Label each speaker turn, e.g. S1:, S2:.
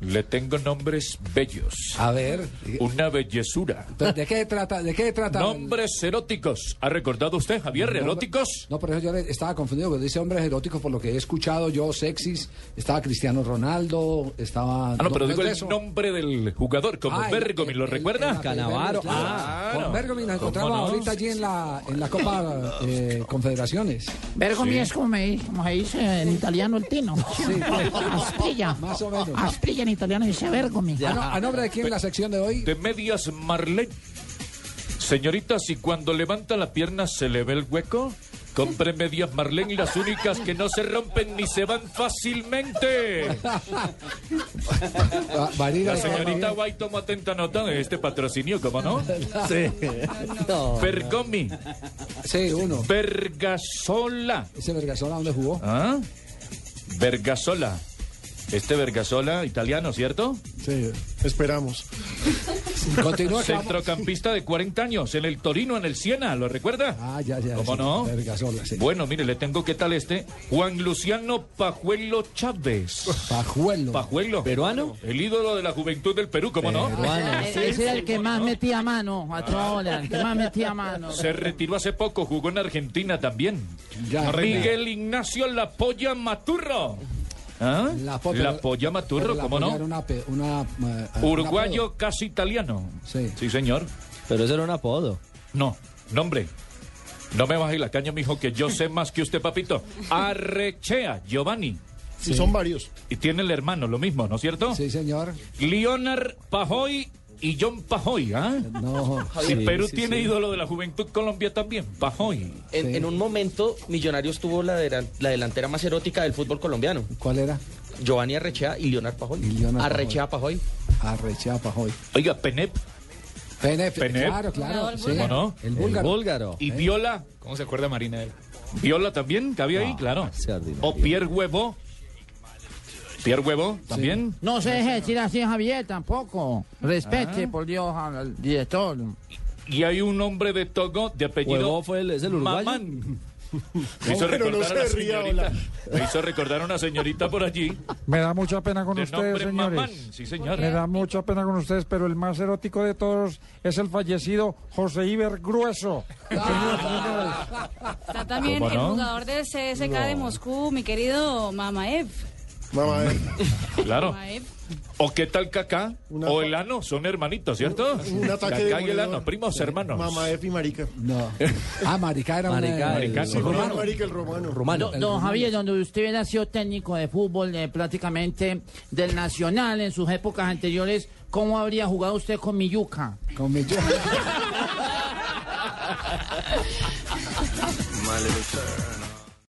S1: Le tengo nombres bellos.
S2: A ver.
S1: Una bellezura.
S2: Pero, ¿De qué trata? ¿De qué trata?
S1: Nombres eróticos. ¿Ha recordado usted, Javier? ¿Eróticos?
S2: No, por eso yo le- estaba confundido, porque dice hombres eróticos por lo que he escuchado yo, sexys, estaba Cristiano Ronaldo, estaba...
S1: Ah, no, pero digo
S2: es de
S1: el
S2: eso.
S1: nombre del jugador, como
S2: Ah, el-
S1: Bergomi, ¿lo
S2: el- el- el-
S1: recuerda?
S2: el-
S3: Canavaro.
S2: claro.
S1: Ah,
S2: Con
S1: no.
S2: Bergomi nos
S1: ¿Cómo
S2: encontramos
S1: no?
S2: ahorita allí en la, en la Copa eh, Confederaciones.
S4: Bergomi es como, me- como se dice en italiano el tino. Astrilla.
S2: Más o menos.
S4: Astrilla en italiano dice Bergomi.
S2: A, Ah, no- a nombre de quién la sección de hoy,
S1: De medias Marlene. Señorita, si cuando levanta la pierna se le ve el hueco, compre medias Marlene, las únicas que no se rompen ni se van fácilmente.
S2: va- Varira.
S1: La señorita Guay toma atenta nota de este patrocinio, ¿cómo no?
S3: Sí. No.
S1: Bergomi,
S2: Sí, uno.
S1: Vergasola.
S2: Ese Vergasola, ¿dónde jugó?
S1: ¿Ah? Vergasola. Este Vergasola, italiano, ¿cierto?
S5: Sí, esperamos.
S2: Continúa. que vamos-
S1: Centrocampista de 40 años, en el Torino, en el Siena, ¿lo recuerda?
S2: Ah, ya, ya.
S1: ¿Cómo
S2: sí,
S1: no?
S2: Vergasola, sí.
S1: Bueno, mire, le tengo qué tal este. Juan Luciano Pajuelo Chávez.
S2: Pajuelo.
S1: Pajuelo.
S3: ¿Peruano?
S1: El ídolo de la juventud del Perú, ¿cómo no?
S3: Peruano.
S4: Ese era el que más metía mano. A todo, era el que más metía mano.
S1: Se retiró hace poco, jugó en Argentina también.
S2: Ya,
S1: Miguel Ignacio La Polla Maturro. ¿Ah?
S2: La,
S1: La,
S2: foto-
S1: Polla Maturro,
S2: pero la
S1: ¿cómo
S2: polla
S1: no?
S2: era una pe- una, eh, un
S1: Uruguayo
S2: apodo.
S1: casi italiano.
S2: Sí.
S1: señor.
S3: Pero eso era un apodo.
S1: No, nombre. No me baje la caña, mijo, que yo sé más que usted, papito. Arrechea, Giovanni.
S5: Y son varios.
S1: Y tiene el hermano, lo mismo, ¿no es cierto?
S2: Sí, señor.
S1: Leonard Pajoy y John Pajoy, ¿ah?
S2: No.
S1: Si
S3: Sí,
S1: Perú
S3: sí,
S1: tiene
S3: sí.
S1: ídolo de la juventud Colombia también, Pajoy.
S6: En, en un momento, Millonarios tuvo la, delan- la delantera más erótica del fútbol colombiano.
S2: ¿Cuál era?
S6: Giovanni Arrechea y Leonard Pajoy.
S2: Y Leonard Pajoy.
S6: Arrechea Pajoy.
S2: Arrechea Pajoy.
S1: Oiga, Penep
S2: Penef.
S1: Penef.
S2: Claro, claro. sí.
S1: ¿Cómo no?
S2: El
S3: El
S2: búlgaro.
S3: búlgaro.
S1: y Viola. ¿Cómo se acuerda Marina de él? Viola también, cabía
S3: Ah,
S1: ahí, claro.
S3: sí, ordinario.
S1: O Pierre Huevo. Pierre Huevo también.
S4: No se deje decir así, Javier, tampoco. Respete,
S2: Ah.
S4: por Dios, al director.
S1: Y hay un hombre de Togo de apellido.
S3: Huevo fue el- es el uruguayo.
S1: Mamán. Me hizo,
S5: Pero no
S1: recordar a una
S5: se ría,
S1: señorita, me hizo recordar a una señorita por allí
S7: Me da mucha pena con
S1: de
S7: ustedes,
S1: nombre Mamán.
S7: señores.
S1: Sí, señor.
S7: Me da mucha pena con ustedes, pero el más erótico de todos es el fallecido José Iber Grueso.
S8: Está también
S1: ¿Cómo
S8: el
S1: no?
S8: jugador de CSK de Moscú, mi querido Mamaev.
S5: Mamá, eh,
S1: Claro.
S8: Mamaev.
S1: ¿O qué tal Cacá?
S5: Una-
S1: O el ano, son hermanitos, ¿cierto?
S5: un ataque
S1: Cacá y el
S5: demoledor.
S1: ano, primos hermanos.
S5: Mamá F y Marica.
S2: No. Ah, Maricá era una-
S3: Maricá,
S2: eh,
S1: Maricá,
S2: el
S1: sí.
S2: romano.
S5: Marica el romano.
S3: Rumano.
S4: Don, don Javier, donde usted hubiera sido técnico de fútbol eh, prácticamente del Nacional en sus épocas anteriores, ¿cómo habría jugado usted con Miyuka?
S2: Con mi